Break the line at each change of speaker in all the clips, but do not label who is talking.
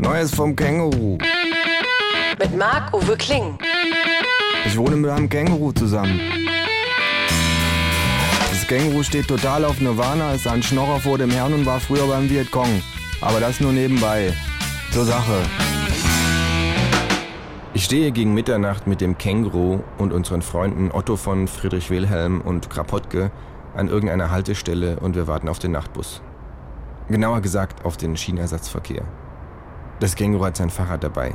Neues vom Känguru.
Mit Marc-Uwe Kling.
Ich wohne mit einem Känguru zusammen. Das Känguru steht total auf Nirvana, ist ein Schnorrer vor dem Herrn und war früher beim Vietcong. Aber das nur nebenbei. Zur Sache.
Ich stehe gegen Mitternacht mit dem Känguru und unseren Freunden Otto von Friedrich Wilhelm und Krapotke an irgendeiner Haltestelle und wir warten auf den Nachtbus. Genauer gesagt auf den Schienenersatzverkehr. Das Känguru hat sein Fahrrad dabei.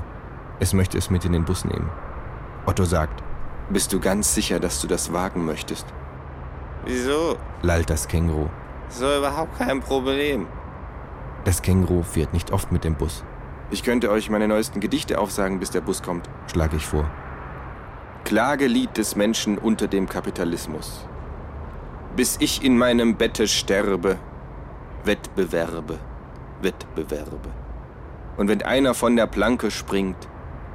Es möchte es mit in den Bus nehmen. Otto sagt, bist du ganz sicher, dass du das wagen möchtest?
Wieso?
Lallt das Känguru.
So überhaupt kein Problem.
Das Känguru fährt nicht oft mit dem Bus. Ich könnte euch meine neuesten Gedichte aufsagen, bis der Bus kommt, schlage ich vor. Klagelied des Menschen unter dem Kapitalismus. Bis ich in meinem Bette sterbe, Wettbewerbe, Wettbewerbe. Und wenn einer von der Planke springt,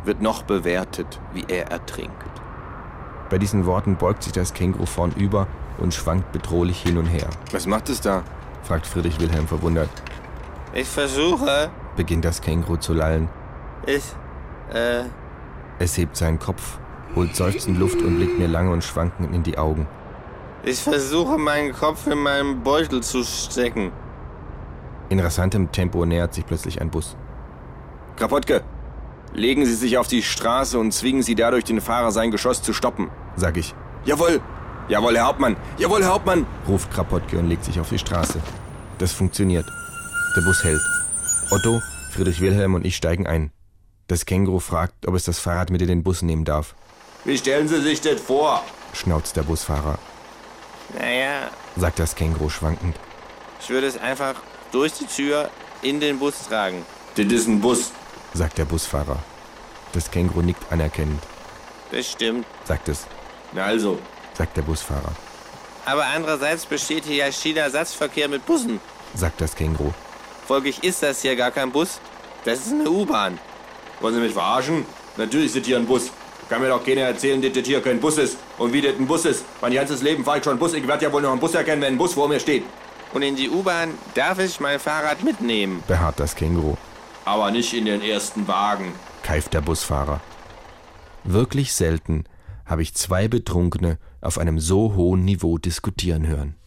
wird noch bewertet, wie er ertrinkt. Bei diesen Worten beugt sich das Känguru vornüber und schwankt bedrohlich hin und her.
Was macht es da?
fragt Friedrich Wilhelm verwundert.
Ich versuche.
Beginnt das Känguru zu lallen.
Ich. Äh.
Es hebt seinen Kopf, holt seufzend Luft und blickt mir lange und schwankend in die Augen.
Ich versuche, meinen Kopf in meinen Beutel zu stecken.
In rasantem Tempo nähert sich plötzlich ein Bus. Krapotke, legen Sie sich auf die Straße und zwingen Sie dadurch den Fahrer, sein Geschoss zu stoppen, sag ich.
Jawohl,
Jawohl, Herr Hauptmann! Jawohl, Herr Hauptmann! ruft Krapotke und legt sich auf die Straße. Das funktioniert. Der Bus hält. Otto, Friedrich Wilhelm und ich steigen ein. Das Känguru fragt, ob es das Fahrrad mit in den Bus nehmen darf.
Wie stellen Sie sich das vor?
schnauzt der Busfahrer.
Naja,
sagt das Känguru schwankend.
ich würde es einfach durch die Tür in den Bus tragen.
das ist ein Bus.
sagt der Busfahrer. Das Känguru nickt anerkennend,
Bestimmt.
sagt es,
Na also.
sagt der Busfahrer,
Aber andererseits besteht hier ja Schienersatzverkehr mit Bussen.
sagt das Känguru,
Folglich ist das hier gar kein Bus. Das ist eine U-Bahn.
Wollen Sie mich verarschen? Natürlich ist hier ein Bus. Kann mir doch keiner erzählen, dass das hier kein Bus ist. Und wie das ein Bus ist. Mein ganzes Leben fahre ich schon Bus. Ich werde ja wohl noch einen Bus erkennen, wenn ein Bus vor mir steht.
Und in die U-Bahn darf ich mein Fahrrad mitnehmen.
beharrt das Känguru,
Aber nicht in den ersten Wagen.
keift der Busfahrer. Wirklich selten habe ich zwei Betrunkene auf einem so hohen Niveau diskutieren hören.